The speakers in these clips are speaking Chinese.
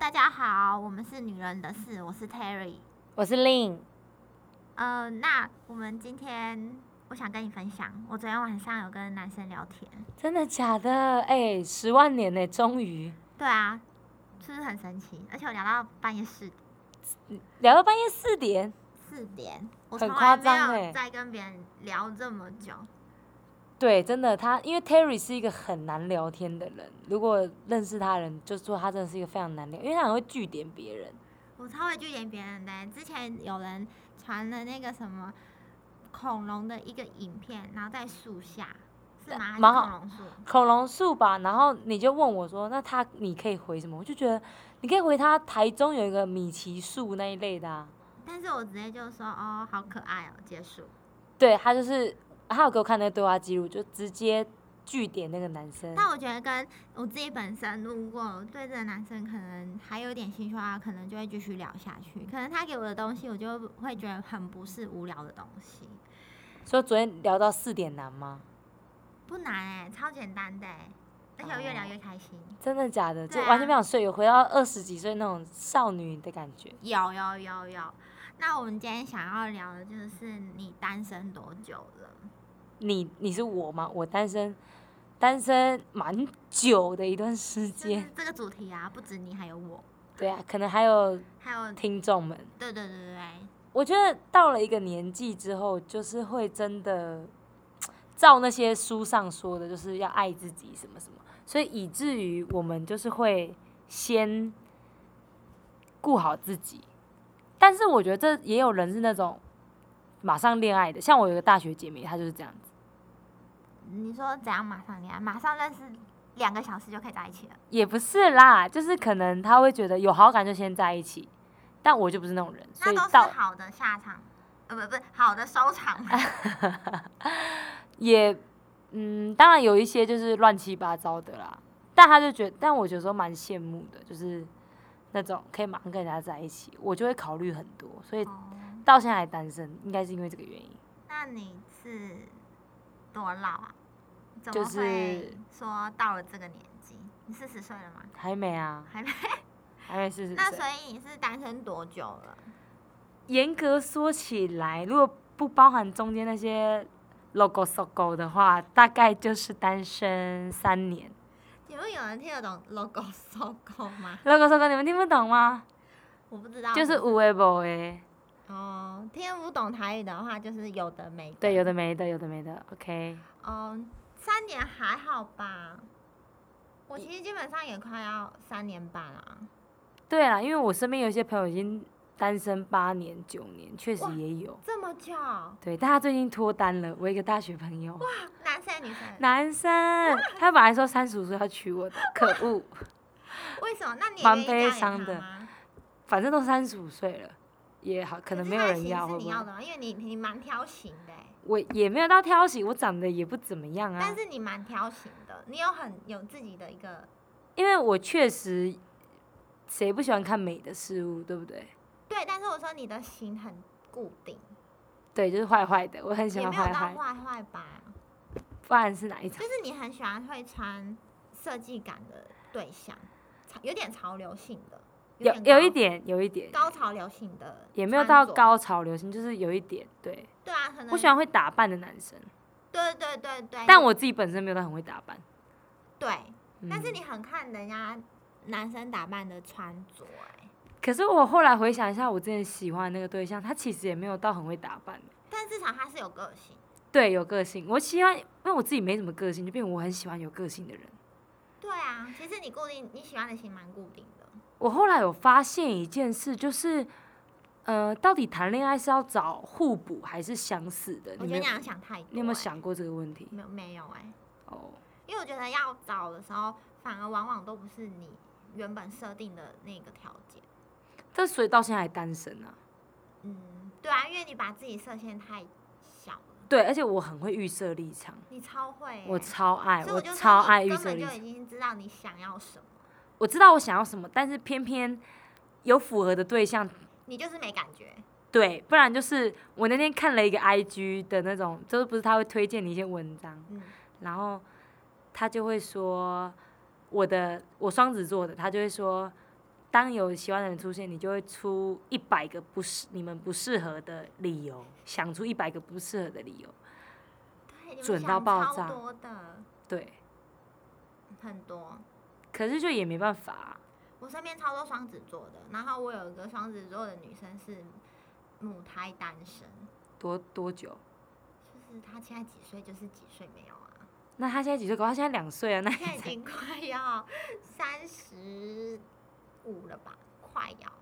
大家好，我们是女人的事，我是 Terry。我是 Lin，呃，那我们今天我想跟你分享，我昨天晚上有跟男生聊天。真的假的？哎、十万年呢、终于对啊，是不是很神奇？而且我聊到半夜四聊到半夜四点，四点，我很从夸来张没有欸再跟别人聊这么久。对，真的他，因为 Terry 是一个很难聊天的人，如果认识他的人，就说他真的是一个非常难聊，因为他很会据点别人。我超会去演别人的欸、之前有人传了那个什么恐龙的一个影片，然后在树下，是吗？还是蛮好恐龙树。恐龙树吧，然后你就问我说，那他你可以回什么？我就觉得你可以回他台中有一个米奇树那一类的、啊，但是我直接就说哦，好可爱哦，结束。对他就是他有给我看那个对话记录，就直接据点那个男生。但我觉得跟我自己本身，如果对这个男生可能还有点兴趣的话，可能就会继续聊下去。可能他给我的东西，我就会觉得很不是无聊的东西，说昨天聊到四点难吗？不难哎、超简单的、欸，而且我越聊越开心。真的假的？就对啊完全不想睡，有回到二十几岁那种少女的感觉。有有有有。那我们今天想要聊的就是你单身多久了？你你是我吗？我单身，单身蛮久的一段时就是间。这个主题啊，不止你，还有我，对啊，可能还有还有听众们。对对对对对，我觉得到了一个年纪之后，就是会真的照那些书上说的，就是要爱自己什么什么，所以以至于我们就是会先顾好自己。但是我觉得这也有人是那种马上恋爱的，像我有个大学姐妹，她就是这样子，你说怎样马上恋爱？马上认识两个小时就可以在一起了？也不是啦，就是可能她会觉得有好感就先在一起，但我就不是那种人，所那以都到哎是好的下场，呃，不不是好的收场。也，嗯，当然有一些就是乱七八糟的啦，但他就觉但我有时候蛮羡慕的，就是那种可以马上跟人家在一起，我就会考虑很多，所以哦到现在还单身，应该是因为这个原因。那你是多老啊？怎就么会是说到了这个年纪？你四十岁了吗？还没啊，还没。还没四十那所岁。以你是单身多久了？严格说起来，如果不包含中间那些 logo logo 的话，大概就是单身三年。请问有人听得懂 logo 搜狗吗？ logo logo 你们听不懂吗？我不知道，就是无为不为，哦，听不懂台语的话，就是有的没的。对，有的没的，有的没的，OK。嗯，三年还好吧。我其实基本上也快要三年半了。对啦，因为我身边有一些朋友已经单身八年、九年，确实哇也有。这么久，对，但他最近脱单了。我一个大学朋友，男生女生？男生，他本来说三十五岁要娶我的，可恶，为什么？那你也蛮愿意悲嫁给伤他的吗反正都三十五岁了，也好，可能是没有他的人型要，是会你不要会？的吗？因为你你蛮挑型的欸、我也没有到挑喜，我长得也不怎么样啊但。是你蛮挑型的，你有很有自己的一个，因为我确实，谁不喜欢看美的事物，对不对？对，但是我说你的型很固定，对，就是坏坏的，我很喜也欢没有坏到坏。坏坏吧，不然是哪一种就？是你很喜欢会穿设计感的对象，潮有点潮流性的，有点有高一点，有一点，高潮流性的，也没有到，高潮流行，就是有一点，对。对啊，可能哎我喜欢会打扮的男生，对对对对，但你我自己本身没有到很会打扮。对，嗯但是，你很看人家男生打扮的穿着、哎，可是我后来回想一下，我之前喜欢的那个对象，他其实也没有到很会打扮，但至少他是有个性。对，有个性。我喜欢，因为我自己没什么个性，就变成我很喜欢有个性的人。对啊，其实你固定你喜欢的型蛮固定的，我后来有发现一件事，就是，呃，到底谈恋爱是要找互补还是相似的？我你觉得们你好像想太多、你有没有欸？想过这个问题？没有没有哎、哦，因为我觉得要找的时候，反而往往都不是你原本设定的那个条件。但所以到现在还单身啊。嗯，对啊，因为你把自己设限太小了，对，而且我很会预设立场，你超会、欸，我超爱，所以我我就说超你爱预根设本立就场已。经知道你想要什么，我知道我想要什么，但是偏偏有符合的对象，你就是没感觉。对，不然就是我那天看了一个 IG 的那种，就是不是他会推荐你一些文章，嗯，然后他就会说我的我双子座的，他就会说当有喜欢的人出现，你就会出一百个不适你们不适合的理由，想出一百个不适合的理由，对，你们准到想爆超炸多的对。很多。可是就也没办法啊、我身边超多双子座的，然后我有一个双子座的女生是母胎单身，多多久？就是她现在几岁就是几岁没有啊，那他现在几岁？可他现在两岁啊，那现在 已也才经快要三十五了吧，快要。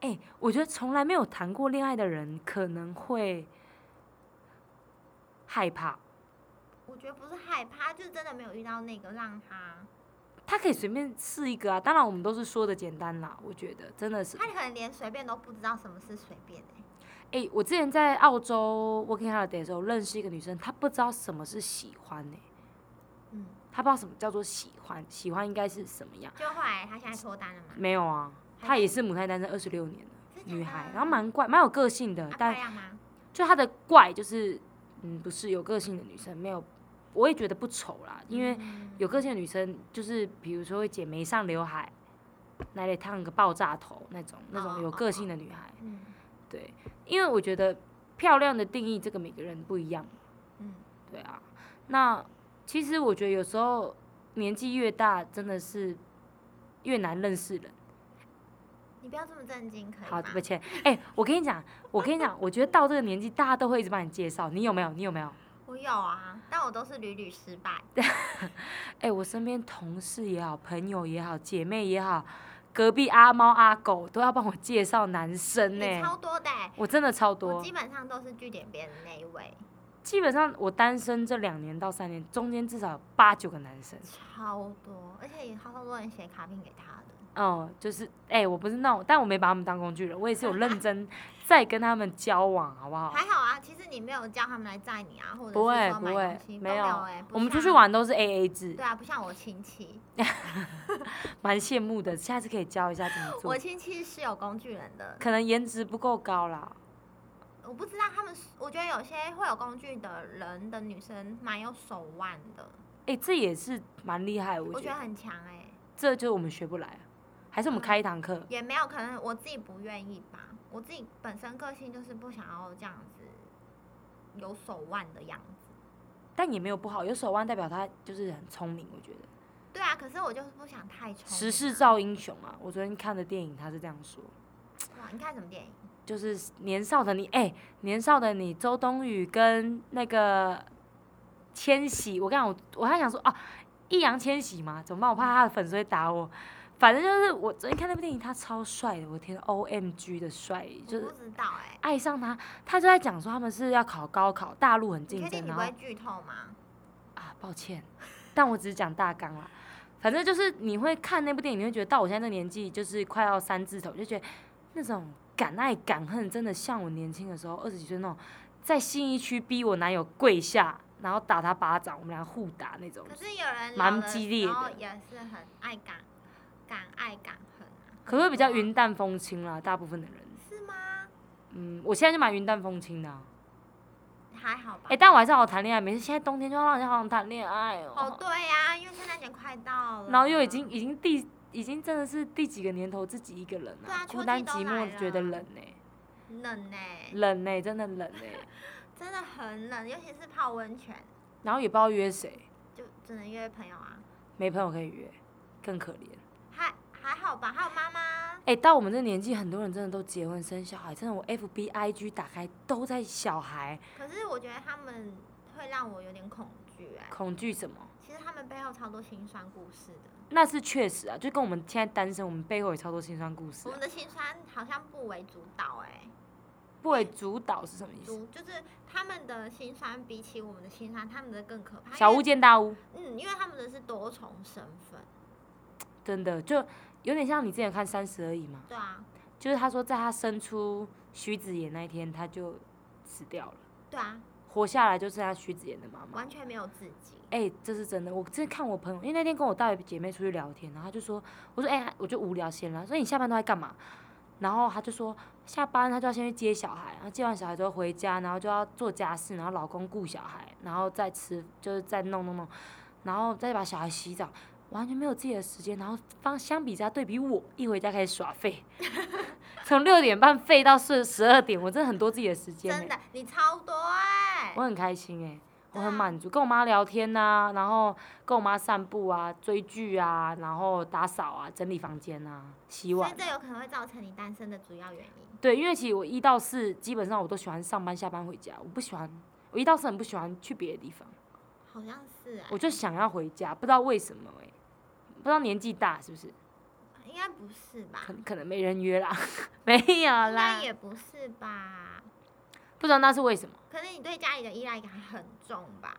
哎、我觉得从来没有谈过恋爱的人可能会害怕，我觉得不是害怕，就是真的没有遇到那个让他，他可以随便试一个啊。当然，我们都是说的简单啦，我觉得真的是。他可能连随便都不知道什么是随便哎、哎、我之前在澳洲 working holiday 的时候认识一个女生，她不知道什么是喜欢呢、嗯，她不知道什么叫做喜欢，喜欢应该是什么样？就后来他现在脱单了嘛，没有啊，还她也是母胎单身二十六年了，真的女假孩，的然后蛮怪，蛮有个性的啊，漂但亮吗？就她的怪就是，嗯，不是有个性的女生，没有，我也觉得不丑啦，因为嗯有个性的女生就是，比如说会剪眉上刘海，哪里烫个爆炸头那种，那哦种哦有个性的女孩，嗯对，因为我觉得漂亮的定义，这个每个人不一样，嗯，对啊。那其实我觉得有时候年纪越大，真的是越难认 识人。你不要这么震惊，可以好，吗？对不起，哎、我跟你讲，我跟你讲，我觉得到这个年纪，大家都会一直帮你介绍，你有没有？你有没有？我有啊，但我都是屡屡失败。哎、我身边同事也好，朋友也好，姐妹也好，隔壁阿猫阿狗都要帮我介绍男生呢、你超多的、欸，我真的超我多基，本上都是据点边的那一位，基本上我单身这两年到三年，中间至少有八九个男生。嗯超多，而且也好多人写卡片给他的。哦、就是哎、我不是那种，但我没把他们当工具人，我也是有认 真在跟他们交往，好不好？还好啊，其实你没有叫他们来载你啊，或者不会是说不买会东西，，没有有哎、不我们出去像。玩都是 A A 制对，啊，不像我亲戚，蛮羡慕的，下次可以教一下怎么做我。亲戚是有工具人的，可能颜值不够高啦，我不知道他们是，我觉得有些会有工具的人的女生蛮有手腕的，哎、这也是蛮厉害，我我觉觉得得很强哎、这就是我们学不来啊，还是我们嗯开一堂课？也没有可能我自己不愿意吧，我自己本身个性就是不想要这样子有手腕的样子。但也没有不好，有手腕代表他就是很聪明，我觉得。对啊，可是我就是不想太冲。时势造英雄啊！我昨天看的电影，他是这样说，哇，你看什么电影？就是年少的你，哎、年少的你，周冬雨跟那个千玺，我刚我我还想说啊，易烊千玺嘛，怎么办？我怕他的粉丝会打我。反正就是我昨天看那部电影，他超帅的，我天，O M G 的帅，就我是不知道哎、爱上他。他就在讲说他们是要考高考，大陆很你竞确争，定你然不后会剧透吗？啊，抱歉， 但我只是讲大纲啦。反正就是你会看那部电影，你会觉得到我现在这个年纪，就是快要三字头，就觉得那种敢爱敢恨，真的像我年轻的时候二十几岁那种，在信义区逼我男友跪下，然后打他巴掌，我们俩互打那种可。是有人蛮老了激烈的然后也是很爱敢敢爱敢恨啊，可是会比较云淡风轻啦，大部分的人，是吗？嗯，我现在就蛮云淡风轻的、啊。还好吧。哎、但我还是好好谈恋爱，每次现在冬天就要让人家好好谈恋爱哦。哦，对呀、因为圣诞节快到了，然后又已经已经第已经真的是第几个年头自己一个人对啊秋孤季单都寂来寞觉得了哎冷呢、冷呢、冷呢、欸真的冷呢、真的很冷，尤其是泡温泉，然后也不知道约谁，就只能约朋友啊。没朋友可以约，更可怜。还还好吧，还有妈妈，哎、到我们这年纪，很多人真的都结婚生小孩，真的我 F B I G 打开都在小孩，可是我觉得他们会让我有点恐惧哎、恐惧什么？其实他们背后超多辛酸故事的，那是确实啊，就跟我们现在单身，我们背后有超多辛酸故事我啊、们的辛酸好像不为主导哎、不为主导是什么意思？主就是他们的辛酸比起我们的辛酸，他们的更可怕。小因巫为见大巫，嗯，因为他们的是多重身份，真的就有点像你之前看《三十而已》嘛，对啊，就是他说在他生出徐子言那一天，他就死掉了，对啊，活下来就剩下徐子言的妈妈。完全没有自己。哎、这是真的。我真的看我朋友，因为那天跟我大学姐妹出去聊天，然后她就说，我说哎、我就无聊闲聊，所以你下班都在干嘛？然后她就说，下班她就要先去接小孩，然后接完小孩之后回家，然后就要做家事，然后老公顾小孩，然后再吃，就是再弄弄弄，然后再把小孩洗澡。完全没有自己的时间，然后方相比之下对比我，一回家开始耍废， 从六点半废到是十二点，我真的很多自己的时间、欸，真的，你超多哎、我很开心哎、我对啊很满足，跟我妈聊天呐、然后跟我妈散步啊，追剧啊，然后打扫啊，整理房间啊，洗所碗以。这有可能会造成你单身的主要原因。对，因为其实我一到四基本上我都喜欢上班下班回家，我不喜欢我一到四很不喜欢去别的地方，好像是哎、我就想要回家，不知道为什么哎、不知道年纪大是不是？应该不是吧可？可能没人约啦， 没有应啦该，也不是吧？不知道那是为什么。可能你对家里的依赖感很重吧？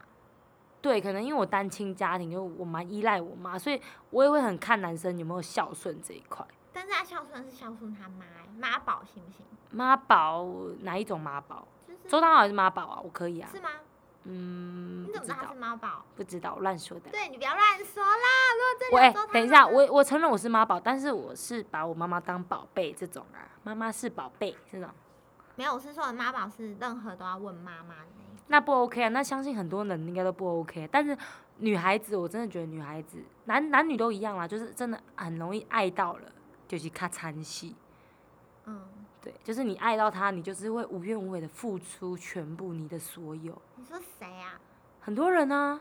对，可能因为我单亲家庭，就我蛮依赖我妈，所以我也会很看男生有没有孝顺这一块。但是他孝顺是孝顺他妈欸，妈宝行不行？妈宝哪一种妈宝？就是周汤豪也是妈宝啊，我可以啊。是吗？嗯，你不怎么知知道他道是，妈宝？不知道，我乱说的。对你不要乱说啦！如我果哎、这两周等一下，我我承认我是妈宝，但是我是把我妈妈当宝贝这种啊，妈妈是宝贝这种，没有，我是说妈宝是任何都要问妈妈的那一种。那不 OK 啊。那相信很多人应该都不 OK，但啊是女孩子我真的觉得女孩子男男女都一样啦，啊就是真的很容易爱到了，就是咔参戏。嗯，对，就是你爱到他，你就是会无怨无悔的付出全部你的所有。你说谁啊？很多人啊，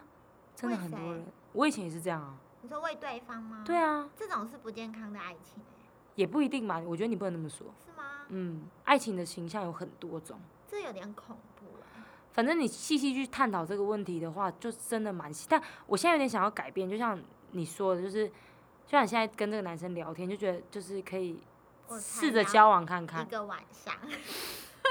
真的为很多谁人。我以前也是这样啊。你说为对方吗？对，啊，这种是不健康的爱情欸，也不一定嘛。我觉得你不能那么说。是吗？嗯，爱情的形象有很多种。这有点恐怖欸反正你细细去探讨这个问题的话，就真的蛮细。但我现在有点想要改变，就像你说的，就是就像你现在跟这个男生聊天，就觉得就是可以我才试着聊交往看看一，个晚上 啊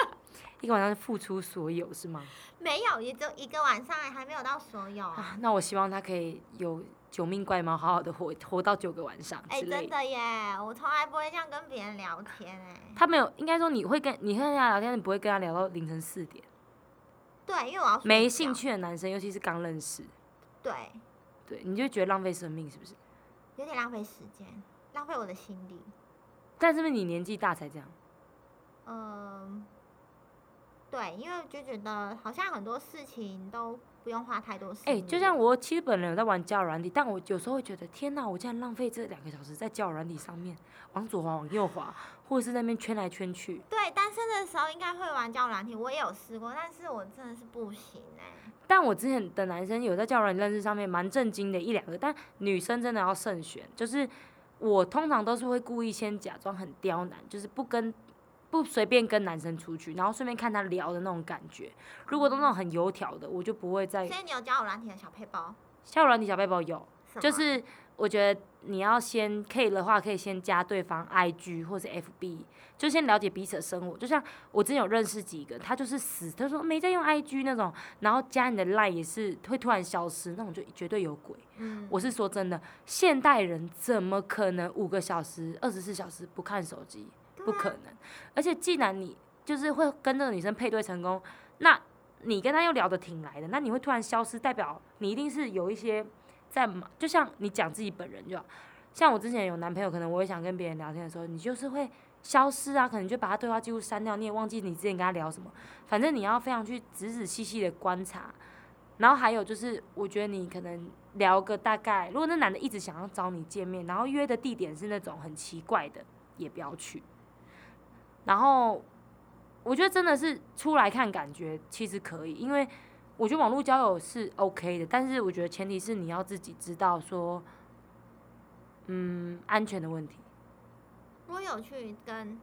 一个晚上付出所有是吗？没有，也只有一个晚上欸，还没有到所有啊。啊，那我希望他可以有九命怪猫，好好的活活到九个晚上哎、之类真的。的耶，我从来不会这样跟别人聊天哎、他没有，应该说你会跟你会跟他聊天，你不会跟他聊到凌晨四点。对，因为我要睡没觉兴。趣的男生，尤其是刚认识，对，对，你就觉得浪费生命，是不是？有点浪费时间，浪费我的心力。但是不是你年纪大才这样？嗯，对，因为就觉得好像很多事情都不用花太多时哎、间。就像我其实本人有在玩交友软体，但我有时候会觉得，天哪，我竟然浪费这两个小时在交友软体上面，往左滑，往右滑，或者是那边圈来圈去。对单身的时候应该会玩交友软体，我也有试过，但是我真的是不行哎、但我之前的男生有在交友软体认识上面蛮震惊的一两个，但女生真的要慎选，就是我通常都是会故意先假装很刁难，就是不跟。不随便跟男生出去，然后顺便看他聊的那种感觉。如果都那种很油条的，我就不会再所以你有交友软体的小配包？交友软体小背包有，什么就是我觉得你要先可以的话，可以先加对方 IG 或是 FB，就先了解彼此的生活。就像我之前有认识几个，他就是死，他说没在用 IG 那种，然后加你的 line 也是会突然消失，那种就绝对有鬼。嗯，我是说真的，现代人怎么可能五个小时、二十四小时不看手机？对不啊可能。而且既然你就是会跟这个女生配对成功，那你跟她又聊得挺来的，那你会突然消失，代表你一定是有一些在忙。就像你讲自己本人就好，像我之前有男朋友，可能我也想跟别人聊天的时候，你就是会消失啊，可能就把他对话记录删掉，你也忘记你之前跟他聊什么。反正你要非常去仔仔细细的观察。然后还有就是，我觉得你可能聊个大概，如果那男的一直想要找你见面，然后约的地点是那种很奇怪的，也不要去。然后我觉得真的是出来看感觉其实可以，因为我觉得网络交友是 OK 的，但是我觉得前提是你要自己知道说，嗯，安全的问题。我有去跟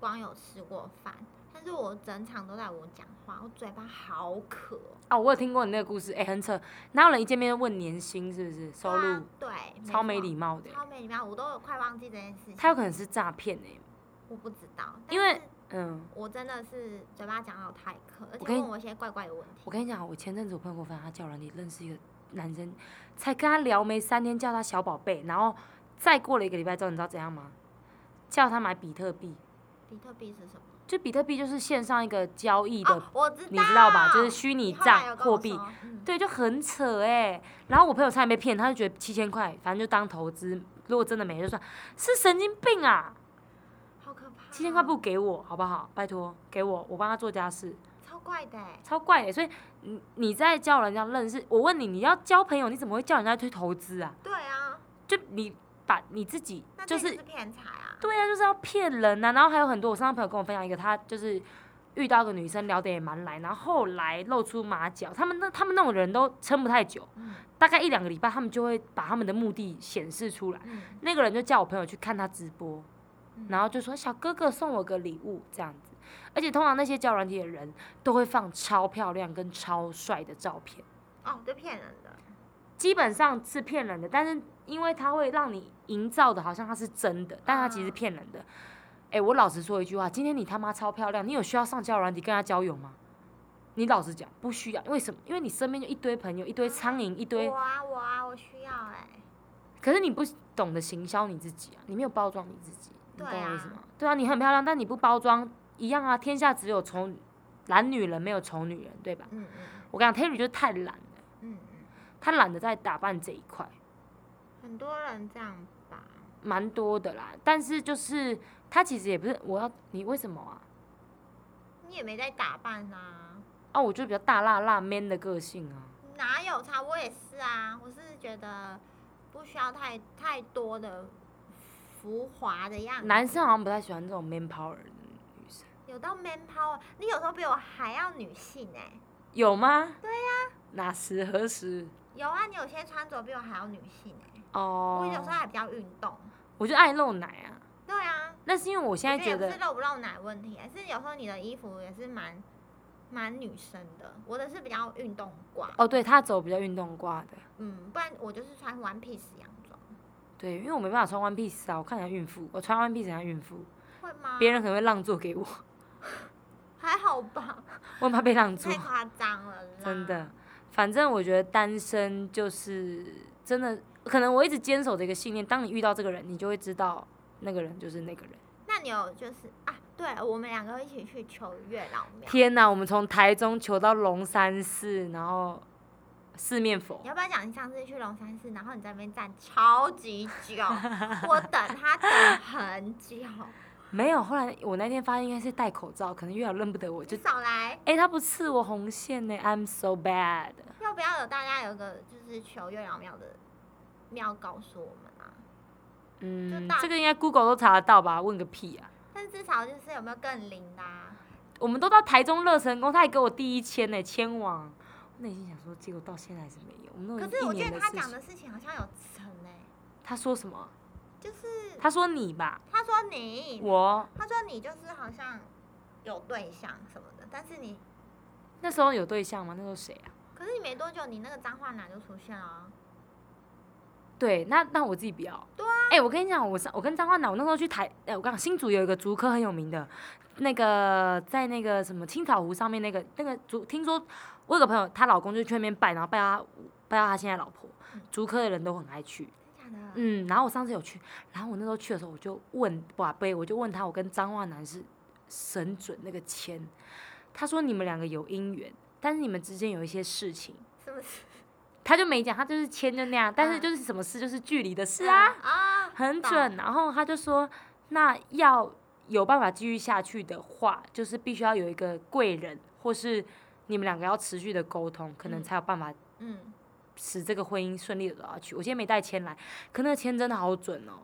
网友吃过饭，但是我整场都在我讲话，我嘴巴好渴哦。啊，我有听过你那个故事，哎、很扯，哪有人一见面就问年薪是不是收入，对啊，对，超嗯没错礼貌的、超没礼貌，我都有快忘记这件事情。他有可能是诈骗哎，我不知道，但因为是嗯，我真的是嘴巴讲到太渴，而且我跟你问我一些怪怪的问题。我跟你讲，我前阵子我朋友跟我分享，他叫人你认识一个男生，才跟他聊没三天，叫他小宝贝，然后再过了一个礼拜之后，你知道怎样吗？叫他买比特币，比特币是什么？就比特币就是线上一个交易的，哦，我知道，你知道吧？就是虚拟你后来有账跟我货币说，嗯对，就很扯哎、然后我朋友差点被骗，他就觉得七千块，反正就当投资，如果真的没就算，是神经病啊！好可怕哦，七千块不给我好不好？拜托给我，我帮他做家事，超怪的欸，超怪的、所以你你在教人家认识，我问你，你要交朋友，你怎么会叫人家去投资啊？对啊，就你把你自己那这就是是骗财啊。对啊，就是要骗人呐、然后还有很多，我上次朋友跟我分享一个，他就是遇到一个女生聊得也蛮来，然后后来露出马脚。他们那他们那种人都撑不太久，嗯大概一两个礼拜，他们就会把他们的目的显示出来。嗯那个人就叫我朋友去看他直播嗯，然后就说小哥哥送我个礼物这样子。而且通常那些交友软体的人都会放超漂亮跟超帅的照片。哦，就骗人的。基本上是骗人的，但是因为它会让你营造的好像它是真的，但它其实是骗人的。哎、我老实说一句话，今天你他妈超漂亮，你有需要上交友软体跟他交友吗？你老实讲，不需要。为什么？因为你身边就一堆朋友，一堆苍蝇，一堆我。啊我啊，我需要哎、可是你不懂得行销你自己啊，你没有包装你自己，你对懂啊我意思吗？对啊，你很漂亮，但你不包装一样啊。天下只有丑懒女人，没有丑女人，对吧？嗯嗯我跟你讲，Terry 就是太懒了，嗯嗯，他懒得在打扮这一块。很多人这样吧。蛮多的啦，但是就是他其实也不是我要你为什么啊？你也没在打扮啊，啊，我就比较大辣辣 man 的个性啊，哪有差？我也是啊，我是觉得不需要太太多的浮华的样子。男生好像不太喜欢这种 man power 的女生，有到 man power，你有时候比我还要女性哎、有吗？对呀、哪时何时？有啊，你有些穿着比我还要女性哎、哦我有时候还比较运动。我就爱露奶啊，对啊，那是因为我现在觉也不得是露不露奶问题，是有时候你的衣服也是蛮蛮女生的，我的是比较运动挂，哦，对他走比较运动挂的，嗯，不然我就是穿 one piece 洋装，对，因为我没办法穿 one piece 啊，我看起来孕妇，我穿 one piece 很像孕妇，会吗？别人可能会让座给我， 还好吧，我很怕被让座太。夸张了啦，真的，反正我觉得单身就是真的，可能我一直坚守这个信念。当你遇到这个人，你就会知道那个人就是那个人。那你有就是啊，对我们两个一起去求月老庙，天哪，我们从台中求到龙山寺，然后四面佛你，要不要讲你上次去龙山寺，然后你在那边站超级 久，我等他等很久，没有。后来我那天发现应该是戴口罩，可能月老认不得我，就你少来，哎、他不刺我红线呢、i m so bad。要不要有大家有个就是求月老庙的庙告诉我们啊？嗯就大，这个应该 Google 都查得到吧？问个屁啊！但至少就是有没有更灵的、啊？我们都到台中乐成宫，他还给我第一签呢、签王。我内心想说，结果到现在还是没有。我们可都已是经我嗯一觉年得的他事讲情的事情好像有成哎、他说什么？就是他说你吧，他说你，我他说你就是好像有对象什么的，但是你那时候有对象吗？那时候谁啊？可是你没多久，你那个脏话男就出现了啊、对，那那我自己不要。对啊。哎、我跟你讲，我上我跟张焕南，我那时候去台，哎、我跟你讲，新竹有一个竹科很有名的，那个在那个什么青草湖上面那个那个竹，听说我有个朋友，她老公就去那边拜，然后拜到他拜到他现在老婆嗯，竹科的人都很爱去。真假的？嗯，然后我上次有去，然后我那时候去的时候，我就问宝贝，我就问他，我跟张化南是神准那个签，他说你们两个有姻缘，但是你们之间有一些事情，是不是？他就没讲，他就是签就那样，但是嗯就是什么事就是距离的事啊，啊，很懂准。然后他就说，那要有办法继续下去的话，就是必须要有一个贵人，或是你们两个要持续的沟通，可能嗯才有办法嗯，使这个婚姻顺利的走下去。我今天没带签来，可那个签真的好准哦。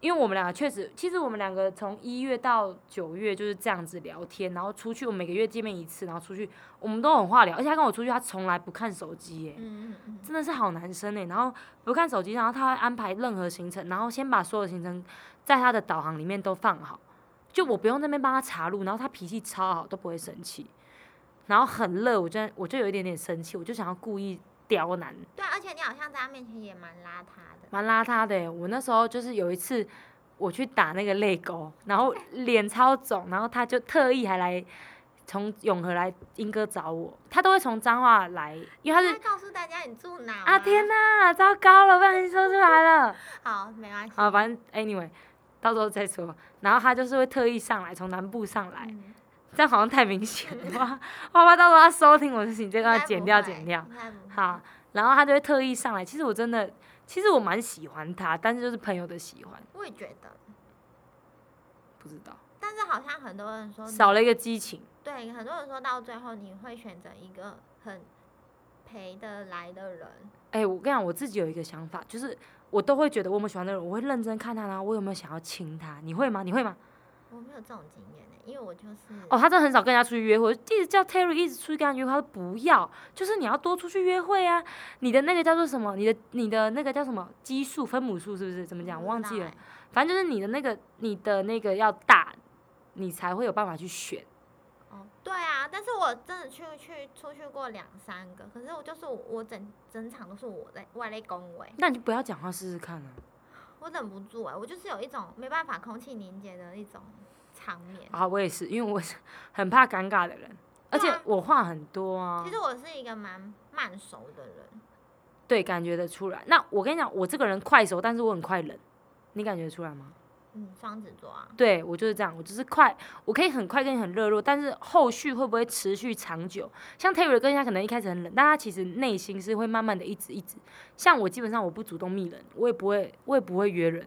因为我们两个确实，其实我们两个从一月到九月就是这样子聊天，然后出去，我们每个月见面一次，然后出去我们都很话聊，而且他跟我出去，他从来不看手机耶，嗯嗯嗯，真的是好男生哎。然后不看手机，然后他会安排任何行程，然后先把所有行程在他的导航里面都放好，就我不用在那边帮他查路，然后他脾气超好，都不会生气。然后很热，我真的我就有一点点生气，我就想要故意刁难对啊，而且你好像在他面前也蛮邋遢的。蛮邋遢的欸。我那时候就是有一次我去打那个泪沟，然后脸超肿，然后他就特意还来从永和来英哥找我，他都会从彰化来，因为他应该是告诉大家你住哪啊吗天！哪，糟糕了，不小心说出来了好，没关系。啊，反正 anyway。到时候再说，然后他就是会特意上来，从南部上来，嗯，这样好像太明显了 吧？花花到时候他收听我的事情，这应个要该剪不掉，会剪掉。。应该不会好，，然后他就会特意上来。其实我真的，其实我蛮喜欢他，但是就是朋友的喜欢，我也觉得，不知道但是好像很多人说，少了一个激情。对，很多人说到最后你会选择一个很陪得来的人。哎、我跟你讲，我自己有一个想法，就是我都会觉得我有没有喜欢那个人，我会认真看他，然后我有没有想要亲他。你会吗？你会吗？我没有这种经验呢、欸因为我就是哦，他真的很少跟人家出去约会，我一直叫 Terry 一直出去跟他约会，他说不要，就是你要多出去约会啊。你的那个叫做什么？你的你的那个叫什么基数分母数是不是？怎么讲？我我不忘知记道了欸。反正就是你的那个你的那个要大，你才会有办法去选。哦，对啊，但是我真的去去出去过两三个，可是我就是我我整整场都是我在外来恭维，那你就不要讲话试试看啊。我忍不住哎、我就是有一种没办法空气凝结的一种场面。啊，我也是，因为我是 很怕尴尬的人，而且对啊我话很多啊其，实我是一个蛮慢熟的人，对，感觉得出来。那我跟你讲，我这个人快熟，但是我很快冷，你感觉得出来吗？嗯，双子座啊，对我就是这样，我就是快，我可以很快跟你很热络，但是后续会不会持续长久？像 Terry 跟他可能一开始很冷，但他其实内心是会慢慢的一直一直。像我基本上我不主动密人，我也不会，我也不会约人。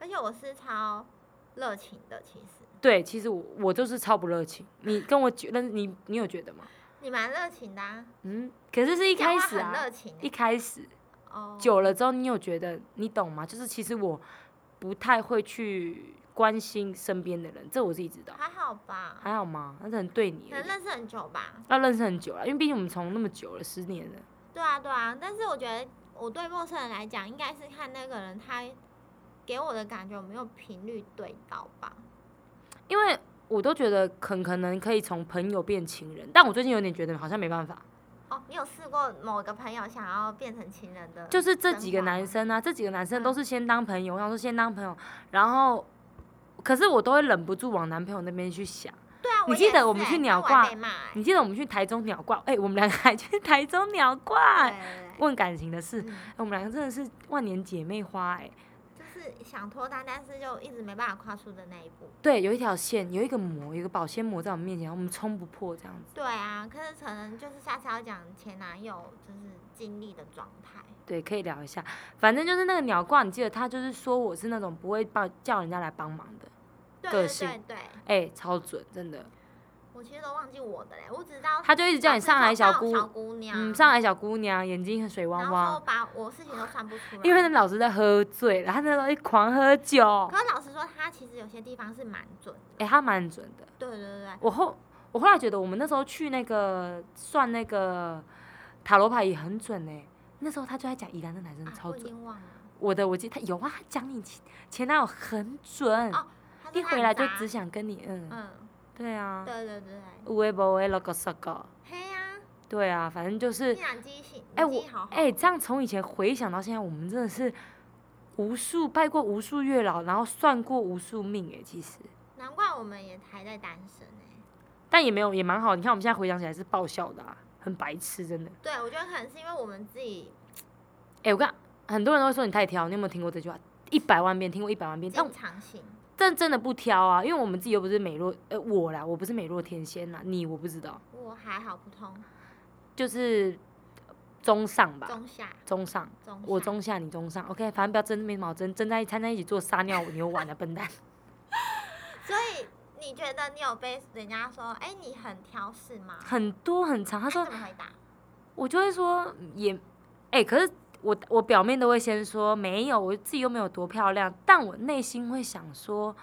而且我是超热情的。其实对，其实我我就是超不热情。你跟我觉得你你有觉得吗？你蛮热情的、啊，嗯，可是是一一开始很热啊，情一欸、开始哦，久了之后，你有觉得你懂吗？就是其实我不太会去关心身边的人，这我自己知道。还好吧，还好吗？那是很对你可而已能。认识很久吧。要认识很久了，因为毕竟我们从那么久了，十年了。对啊，对啊，但是我觉得我对陌生人来讲，应该是看那个人他给我的感觉有没有频率对到吧。因为我都觉得很可能可以从朋友变情人，但我最近有点觉得好像没办法，哦，你有试过某个朋友想要变成情人的？就是这几个男生生啊，这几个男嗯生都是先当朋友，我想说先当朋友，然后可是我都会忍不住往男朋友那边去想。活吗。对啊，你我记也得是我们欸去但鸟我还挂被骂欸你记得我们去台中鸟挂？哎、我们两个还去台中鸟对挂哎对对问感情的事，嗯哎我们两个真的是万年姐妹花哎、就是想脱单，但是就一直没办法跨出的那一步。对，有一条线，有一个膜，有一个保鲜膜在我们面前，我们冲不破这样子。对啊，可是可能就是下次要讲前男友就是经历的状态。对，可以聊一下。反正就是那个鸟挂，你记得他就是说我是那种不会帮叫人家来帮忙的，对个对性对对，哎、超准，真的。我其实都忘记我的嘞，我只知道他就一直叫哦你只上知道来小我姑小姑娘，嗯，上来小姑娘，眼睛很水汪然后说汪，把我事情都算不出来，因为那老师在喝醉了，他那时候一狂喝酒，可是老实说，他其实有些地方是蛮准的。哎、他蛮准的。对对对对，我后我后来觉得我们那时候去那个算那个塔罗牌也很准哎、那时候他就在讲宜兰的男生啊嗯超我已准，经忘了。我的我记他有啊，他讲你前前男友很准，哦他说一他回很来就渣只想跟你嗯，嗯，对啊，对对对对，有诶无诶，六个十个。嘿呀，对啊，反正就是竟，然记性，哎、你我记好好，哎、这样从以前回想到现在，我们真的是无数拜过无数月老，然后算过无数命哎、其实，难怪我们也还在单身哎。但也没有也蛮好。你看我们现在回想起来是爆笑的、啊，很白痴，真的。对，我觉得可能是因为我们自己哎、我看很多人都会说你太挑，你有没有听过这句话？一百万遍听过一百万遍，但经常性，但真的不挑啊，因为我们自己又不是美若呃我啦，我不是美若天仙啦，你我不知道，我还好普通，就是中上吧，中下中上。中我下中下，你中上，OK，反正不要争，没什么好争，争在掺在一起做撒尿牛丸的啊笨蛋。 所以你觉得你有被人家说，哎、你很挑食吗？很多很长，他他说怎么回答？我就会说也，哎、可是我我表面都会先说没有，我自己又没有多漂亮，但我内心会想说，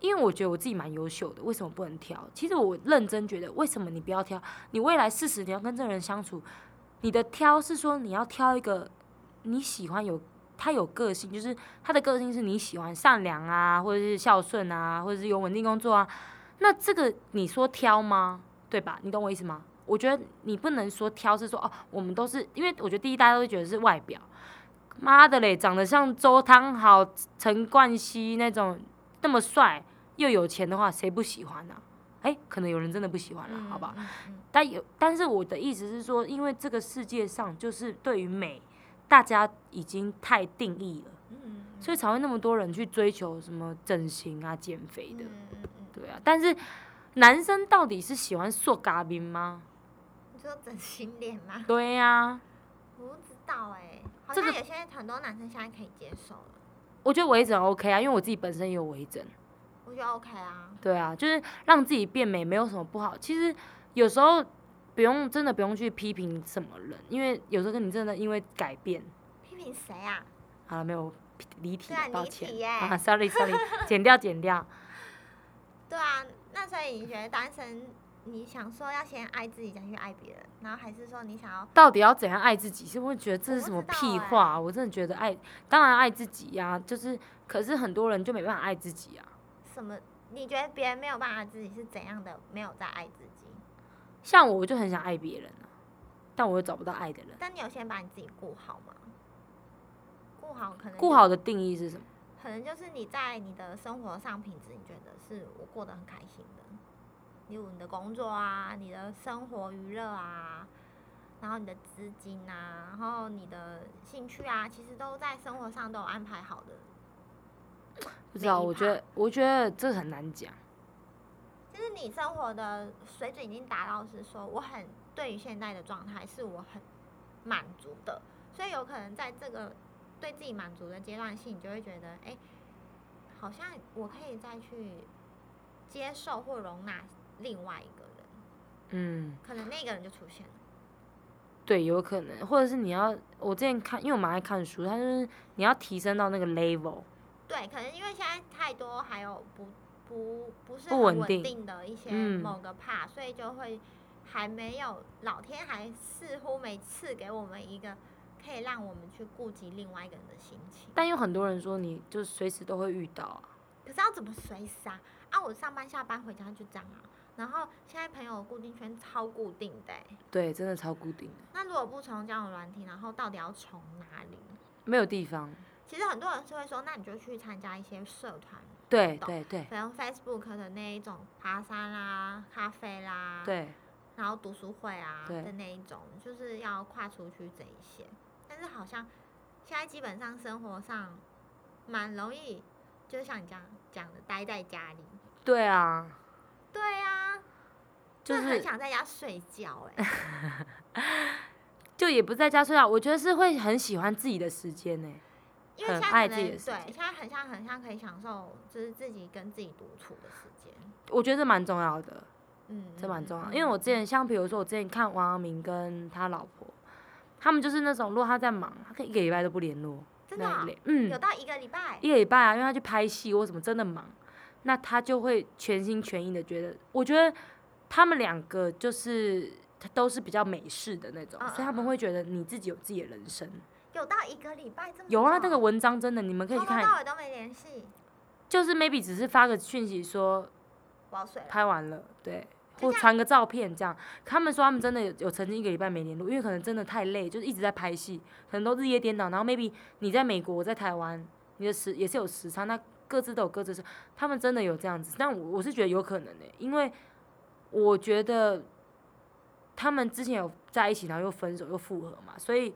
因为我觉得我自己蛮优秀的，为什么不能挑？其实我认真觉得，为什么你不要挑？你未来四十你要跟这个人相处，你的挑是说你要挑一个你喜欢有。他有个性，就是他的个性是你喜欢善良啊，或者是孝顺啊，或者是有稳定工作啊。那这个你说挑吗？对吧？你懂我意思吗？我觉得你不能说挑是说哦，我们都是因为我觉得第一大家都会觉得是外表，妈的嘞，长得像周汤豪、陈冠希那种那么帅又有钱的话，谁不喜欢呢、哎、可能有人真的不喜欢了，好吧？嗯嗯但有，但是我的意思是说，因为这个世界上就是对于美，大家已经太定义了，嗯嗯嗯所以才会那么多人去追求什么整形啊、减肥的，嗯嗯嗯，对啊。但是男生到底是喜欢塑嘎冰吗？你说整形脸吗？ 对啊呀、我不知道哎、好这像个有些很多男生现在可以接受了，我觉得微整 OK 啊，因为我自己本身也有微整，我觉得 OK 啊。对啊，就是让自己变美没有什么不好。其实有时候不用真的不用去批评什么人，因为有时候你真的因为改变，批评谁啊？好了，没有离题对啊，抱离歉题耶啊，sorry sorry，剪 掉剪掉。对啊，那所以你觉得单身，你想说要先爱自己，再去爱别人，然后还是说你想要到底要怎样爱自己？是不是觉得这我是不什么知道欸屁话啊、我真的觉得爱，当然爱自己呀、就是可是很多人就没办法爱自己啊。什么？你觉得别人没有办法自己是怎样的？没有在爱自己，像我，我就很想爱别人啊，但我又找不到爱的人。但你有先把你自己顾好吗？顾好可能就顾，好的定义是什么？可能就是你在你的生活上品质，你觉得是我过得很开心的，例如你的工作啊，你的生活娱乐啊。然后你的资金啊，然后你的兴趣啊，其实都在生活上都有安排好的。不知道，每一我觉得，我觉得这很难讲。就是你生活的水准已经达到是说，我很对于现在的状态是我很满足的，所以有可能在这个对自己满足的阶段性，你就会觉得，哎、好像我可以再去接受或容纳另外一个人，嗯，可能那个人就出现了。对，有可能，或者是你要，我之前看，因为我蛮爱看书，它就是你要提升到那个 level。对，可能因为现在太多还有不不不是不很稳稳定定的一些嗯某个 part，、所以就会还没有老天还似乎没赐给我们一个可以让我们去顾及另外一个人的心情。但有很多人说，你就随时都会遇到啊。可是要怎么随时啊？啊，我上班下班回家就这样啊。然后现在朋友的固定圈超固定的欸、对，真的超固定的，那如果不从交友软体，然后到底要从哪里？没有地方。其实很多人是会说，那你就去参加一些社团对懂对对可能 Facebook 的那一种爬山啦、咖啡啦，，对，然后读书会啊对的那一种，就是要跨出去这一些。但是好像现在基本上生活上蛮容易，就像你这样讲的，待在家里。对啊。对啊，就真的很是想在家睡觉哎、 就也不在家睡觉，我觉得是会很喜欢自己的时间呢、因为很现在爱可自己能的对时现间在很像很像可以享受，就是自己跟自己独处的时间。我觉得这蛮重要的，嗯，这蛮重要嗯的。因为我之前像比如说我之前看王阳明跟他老婆，他们就是那种如果他在忙，他可以一个礼拜都不联络，真的那啊、一类，嗯有，到一个礼拜，一个礼拜啊，因为他去拍戏或什么真的忙，那他就会全心全意的觉得，我觉得他们两个就是。他都是比较美式的那种，嗯所以他们会觉得你自己有自己的人生。有到一个礼拜这么有啊，久那个文章真的，你们可以去从头看。到尾都没联系，就是 maybe 只是发个讯息说我要睡了。拍完了，对，就或这样传个照片这样。他们说他们真的有有曾经一个礼拜没联络，因为可能真的太累，就是一直在拍戏，可能都日夜颠倒。然后 maybe 你在美国，我在台湾，你的时也是有时差，那各自都有各自的事。他们真的有这样子，但我我是觉得有可能的、因为我觉得他们之前有在一起，然后又分手又复合嘛，所以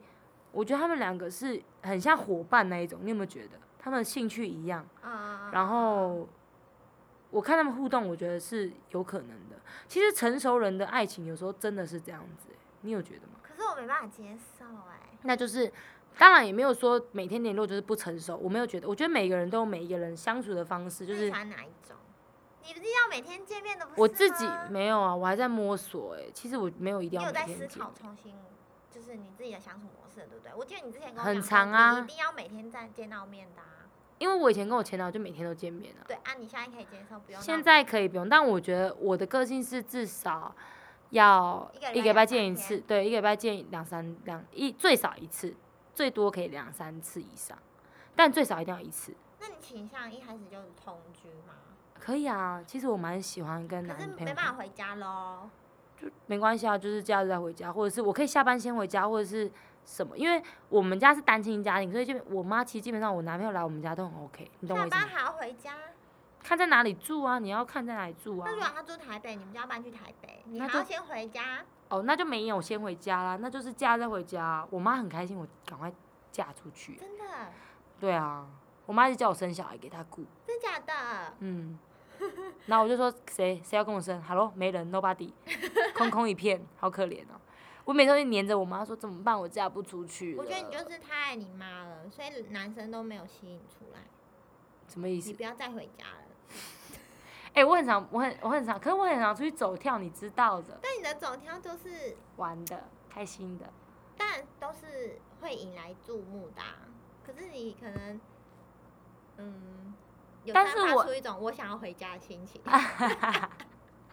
我觉得他们两个是很像伙伴那一种。你有没有觉得他们的兴趣一样？嗯，然后我看他们互动，我觉得是有可能的。其实成熟人的爱情有时候真的是这样子、欸你有觉得吗？嗯可是我没办法接受哎、那就是，当然也没有说每天联络就是不成熟，我没有觉得。我觉得每个人都有每一个人相处的方式，就那你是喜欢哪一种？你不是要每天见面的不是我自己吗没有啊，我还在摸索哎、其实我没有一定你要有每在天思见考重新，就是你自己的相处模式，对不对？我记得你之前跟我很讲过你长啊一定要每天在见到面的、啊。因为我以前跟我前男友就每天都见面啊。对啊，你现在可以接受不用到？现在可以不用，但我觉得我的个性是至少要一个礼拜一个礼拜两见一三次，对，一个礼拜见两三两一最少一次，最多可以两三次以上，但最少一定要一次。那你倾向一开始就是同居吗？可以啊，其实我蛮喜欢跟可男是朋没友办法看，回家喽。没关系啊，就是假日再回家，或者是我可以下班先回家，或者是什么，因为我们家是单亲家庭，所以这边我妈其实基本上我男朋友来我们家都很 OK，你懂我下意思班吗？还要回家？看在哪里住啊，你要看在哪里住啊那。如果他住台北，你们就要搬去台北，你那还就要先回家。哦，那就没有先回家啦，那就是假再回家啊。我妈很开心，我赶快嫁出去。真的？对啊，我妈一直叫我生小孩给她顾，真假的？嗯。然后我就说谁谁要跟我生？Hello，没人，Nobody，空 空一片，好可怜哦。我每次都会黏着我妈说怎么办，我嫁不出去了。我觉得你就是太爱你妈了，所以男生都没有吸引出来。什么意你思？不要再回家了。哎、我很常，我很我很常，可是我很常出去走跳，你知道的，但你的走跳就是，玩的，开心的。但都是会引来注目的啊、可可是你可能，嗯，有但散是发我出一种我想要回家的心 情，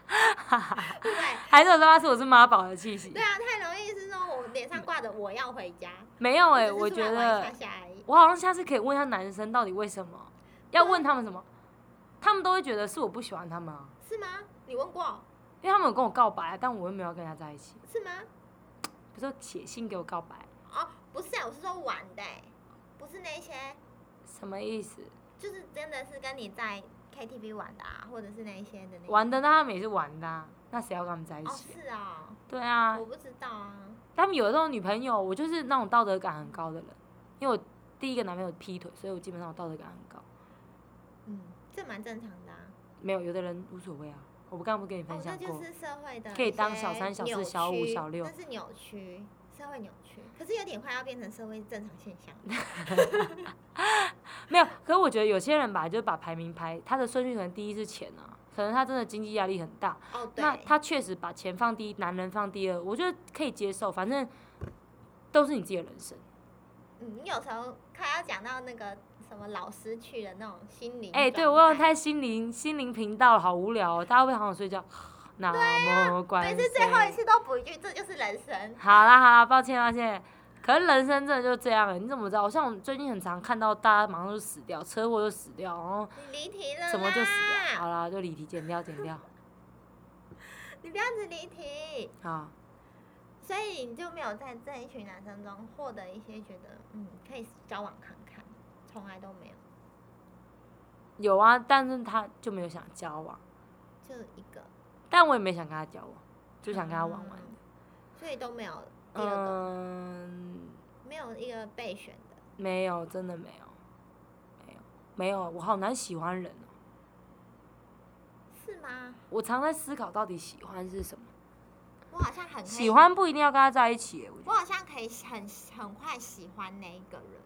哈哈，对不对？还是我他妈是我是妈宝的气息对？啊，太容易是说我脸上挂着我要回家。没有哎、只是我出觉来玩一得下下而已我好像下次可以问一下男生到底为什么啊要问他们什么，他们都会觉得是我不喜欢他们啊，是吗？你问过因为他们有跟我告白啊，但我又没有要跟他在一起，是吗？比如说写信给我告白，哦，不是啊，我是说玩的欸、不是那些，什么意思？就是真的是跟你在 KTV 玩的啊，或者是那一些的那玩的，那他们也是玩的、啊，那谁要跟他们在一哦，起啊？是啊、对啊，我不知道啊。他们有的时候女朋友，我就是那种道德感很高的人，因为我第一个男朋友劈腿，所以我基本上我道德感很高。嗯，这蛮正常的啊。没有，有的人无所谓啊，我不刚刚不跟你分哦，这享过，就是社会的可以一当些小三小四扭小五曲小六那是扭曲，社会扭曲，可是有点快要变成社会正常现象。 没有。可是我觉得有些人吧，就是把排名排他的顺序，可能第一是钱啊，可能他真的经济压力很大，哦，对，那他确实把钱放第一，男人放第二，我觉得可以接受，反正都是你自己的人生。嗯，你有时候快要讲到那个什么老师去的那种心灵，哎、对我有开心灵心灵频道，好无聊、哦，大家会不会好想睡觉。那么关啊每次最后一心次都补一句，这就是人生。好啦好啦，抱歉抱歉。可是人生真的就这样、欸，你怎么知道？像我最近很常看到大家马上就死掉，车祸就死掉，然后你离题了啦，什么就死掉。好啦，就离题，剪掉剪掉。你不要只离题，啊，所以你就没有在这一群男生中获得一些觉得嗯可以交往看看，从来都没有，有啊，但是他就没有想交往，就一个，但我也没想跟他交往，就想跟他玩玩。嗯所以都没有第二呃个，嗯，没有一个备选的。没有，真的没有，没有，没有，我好难喜欢人哦、是吗？我常在思考到底喜欢是什么，我好像很可以喜，欢不一定要跟他在一起、欸，我觉我得好像可以很很快喜欢那一个人，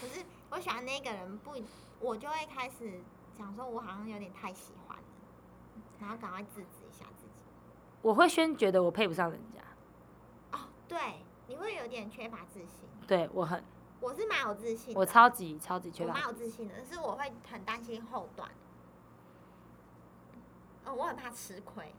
可是我喜欢那个人不，我就会开始想说，我好像有点太喜欢了，然后赶快制止一下自己。我会先觉得我配不上人家，哦，对，你会有点缺乏自信。对我很，我是蛮有自信的，我超级超级缺嗯我乏蛮，有自信的，但是我会很担心后段。哦，我很怕吃 亏，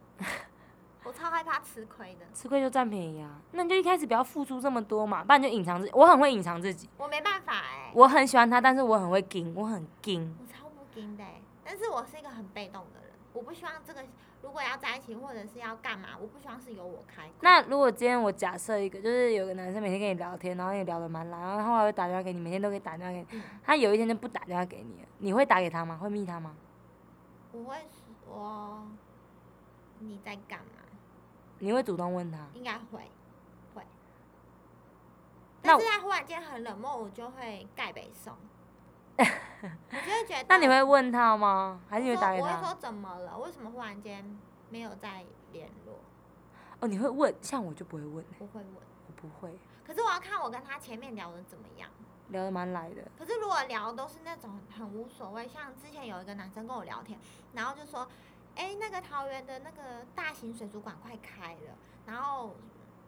我超害怕吃亏的，吃亏就占便宜啊，那你就一开始不要付出这么多嘛，不然就隐藏自己，我很会隐藏自己，我没办法哎、我很喜欢他，但是我很会盯，我很盯。我超不精的、欸，但是我是一个很被动的人，我不希望这个如果要在一起或者是要干嘛，我不希望是由我开口。那如果今天我假设一个，就是有个男生每天跟你聊天，然后也聊得蛮来，然后他后来会打电话给你，每天都可以打电话给你，他有一天就不打电话给你了，你会打给他吗？会密他吗？我会说你在干嘛，你会主动问他？应该会会，那但我是他忽然间很冷漠，我就会盖北送， 我就会觉得。那你会问他吗？还是你我会打给说我会他？说怎么了？为什么忽然间没有再联络？哦，你会问，像我就不会问、欸，我会问，我不会，可是我要看我跟他前面聊的怎么样。聊得蛮来的。可是如果聊都是那种很无所谓，像之前有一个男生跟我聊天，然后就说：“哎、那个桃园的那个大型水族馆快开了，然后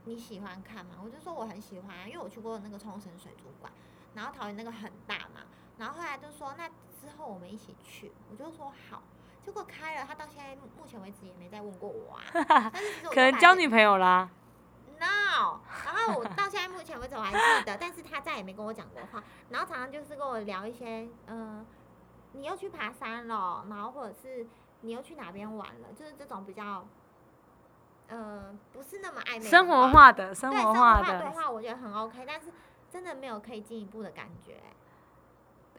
你喜欢看吗？”我就说我很喜欢啊，因为我去过那个冲绳水族馆，然后桃园那个很大嘛。然后后来就说：“那之后我们一起去。”我就说好。结果开了，他到现在目前为止也没再问过 我啊。但是其实我可就能发交现女朋友啦。 no，然后我到现在目前为止我还记得，但是他再也没跟我讲过话，然后常常就是跟我聊一些，嗯、你又去爬山了，然后或者是你又去哪边玩了，就是这种比较，呃，不是那么暧昧的生活话，化的，生对生活活化化的。对话，我觉得很 OK，但是真的没有可以进一步的感觉、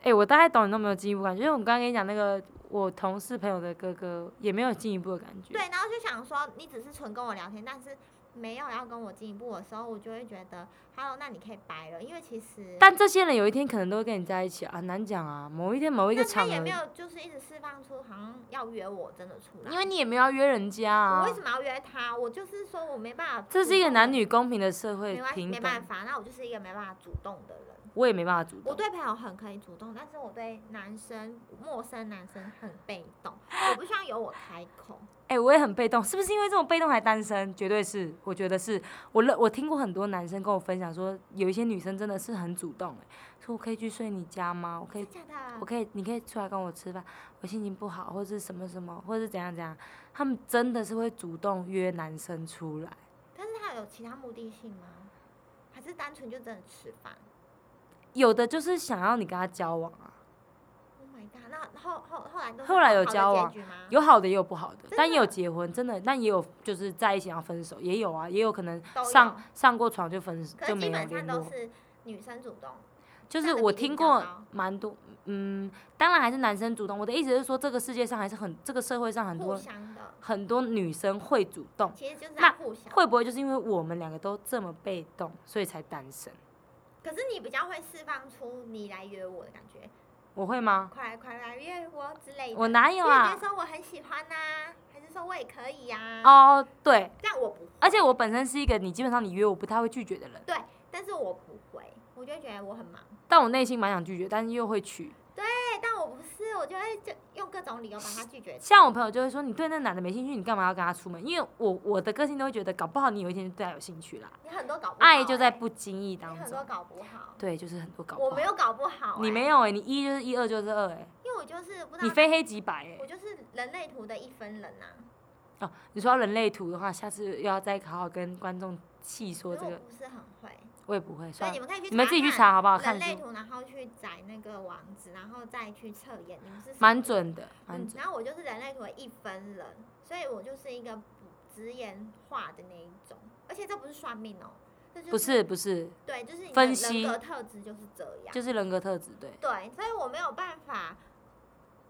哎、我大概懂你都没有进一步感觉，因为我刚刚跟你讲那个我同事朋友的哥哥也没有进一步的感觉。对，然后就想说你只是纯跟我聊天，但是没有要跟我进一步的时候，我就会觉得，Hello，那你可以掰了，因为其实但这些人有一天可能都会跟你在一起啊，很难讲啊。某一天某一个但他场合，也没有就是一直释放出好像要约我真的出来，因为你也没有要约人家我啊为。什么要约他？我就是说我没办法主动的，这是一个男女公平的社会没关系平没等办。法，那我就是一个没办法主动的人，我也没办法主我动。对朋友很可以主动，但是我对男生、陌生男生很被动。我不希望由我开口，哎、我也很被动，是不是因为这种被动还单身？绝对是，我觉得是我认我听过很多男生跟我分享说，有一些女生真的是很主动、哎，说我可以去睡你家吗？ 我可以真假的？我可以，你可以出来跟我吃饭，我心情不好，或是什么什么，或是怎样怎样，他们真的是会主动约男生出来。但是他有其他目的性吗？还是单纯就真的吃饭有的就是想要你跟他交往啊， ？Oh my god！那后后后来都是后来好有的交往结局吗？有好的也有不好的，的但也有结婚，真的，但也有就是在一起要分手，也有啊，也有可能都有上上过床就分可就基是没有本上联都络，是女生主动，就是占的我比例听比较过高蛮多，嗯，当然还是男生主动。我的意思是说，这个世界上还是很这个社会上很互多相的，很多女生会主动，其实就是在那互相。会不会就是因为我们两个都这么被动，所以才单身？可是你比较会释放出你来约我的感觉，我会吗？快来快来约我之类的。我哪有啊因为你？会说我很喜欢呐、还是说我也可以呀、啊？哦，哦，对，但我不，而且我本身是一个你基本上你约我不太会拒绝的人，但是我不会，我就会觉得我很忙。但我内心蛮想拒绝，但是又会去。对，但我不是，我就会就用各种理由把他拒绝。像我朋友就会说，你对那男的没兴趣，你干嘛要跟他出门？因为我我的个性都会觉得，搞不好你有一天就对他有兴趣啦。你很多搞不好、爱就在欸不经意当你很多中，搞不好。对，就是很多搞不我好没。有搞不好、你没有，有哎、你一就是一，二就是二哎、因为欸我就是不知道，你非黑即白哎、我就是人类图的一分人呐、啊哦，你说到人类图的话，下次又要再好好跟观众细所以说这我个，不是很会，我也不会所以算你了，们可以去你们自己去看查好不好？人哦看类书图，然后去载那个网址，然后再去测验，你们是什么蛮准的，蛮嗯，准。然后我就是人类图的一分人，所以我就是一个不直言化的那一种，而且这不是算命哦，这就是不是不是，对，就是你的分析人格特质就是这样，就是人格特质对。对，所以我没有办法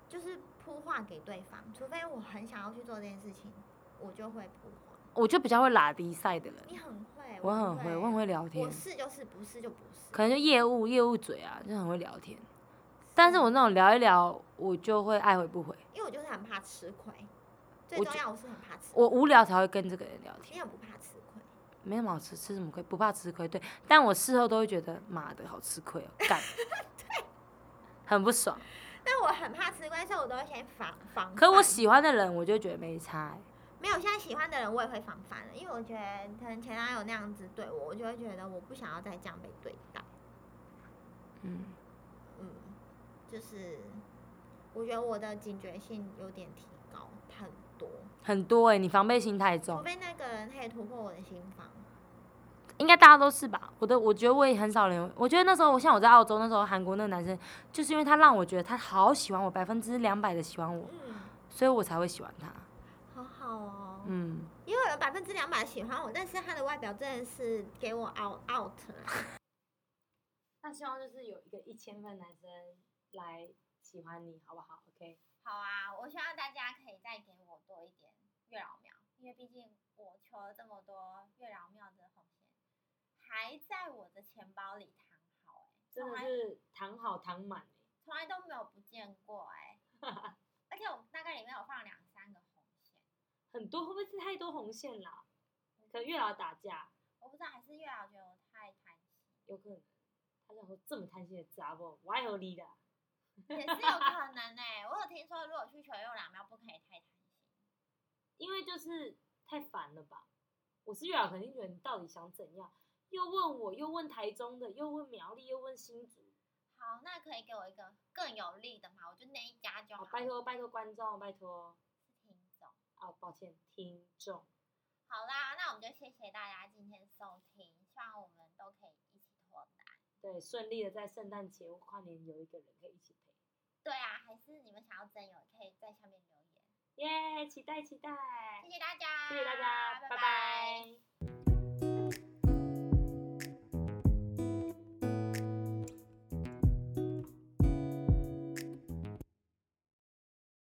就是铺话给对方，除非我很想要去做这件事情，我就会铺话。我就比较会拉低赛的人，你很会，我很不会，我很会聊天我，是就是不是就不是，可能就业务业务嘴啊，就很会聊天。但是啊我那种聊一聊，我就会爱回不回，因为我就是很怕吃亏，最我重觉要我是很怕吃亏，我无聊才会跟这个人聊天，你很不怕吃亏。没什么好吃，吃什么亏，不怕吃亏。对，但我事后都会觉得，妈的好吃亏哦，干，很不爽。但我很怕吃亏，所以我都会先防防范。可我喜欢的人，我就觉得没差欸、没有现在喜欢的人，我也会防范了，因为我觉得可能前男友那样子对我，我就会觉得我不想要再这样被对待。嗯，嗯，就是我觉得我的警觉性有点提高很多，很多哎、你防备心太除重，非那个人他也突破我的心房。应该大家都是吧？我的，我觉得我也很少人，我觉得那时候我像我在澳洲那时候，韩国那个男生，就是因为他让我觉得他好喜欢我，百分之两百的喜欢我，嗯，所以我才会喜欢他。好好哦。嗯，也有人百分之两百喜欢我，但是他的外表真的是给我 out out 了。那希望就是有一个一千分男生来喜欢你，好不好？OK，好啊，我希望大家可以再给我多一点月老庙，因为毕竟我求了这么多月老庙的红线，还在我的钱包里躺好、欸，真从的来是躺好躺满、欸从来都没有不见过、哎， 而且我大概里面有放两三个红线，很多会不会是太多红线啦？可月老打架我不知道还是月老觉得我太贪心，有可能，他想说这么贪心的杂货，我爱和你的。也是有可能哎、我有听说如果去求月老庙不可以太贪心，因为就是太烦了吧。我是月老，肯定觉得你到底想怎样？又问我，又问台中的，又问苗栗，又问新竹。好，那可以给我一个更有利的嘛，我就那一家就好好，，哦拜托拜托观众，拜托听众。啊，抱歉听众，好啦，那我们就谢谢大家今天收听，希望我们都可以一起脱单。对，顺利的在圣诞节或跨年有一个人可以一起陪，对啊，还是你们想要真友，可以在下面留言。耶、期待期待，谢谢大家，谢谢大家，拜拜拜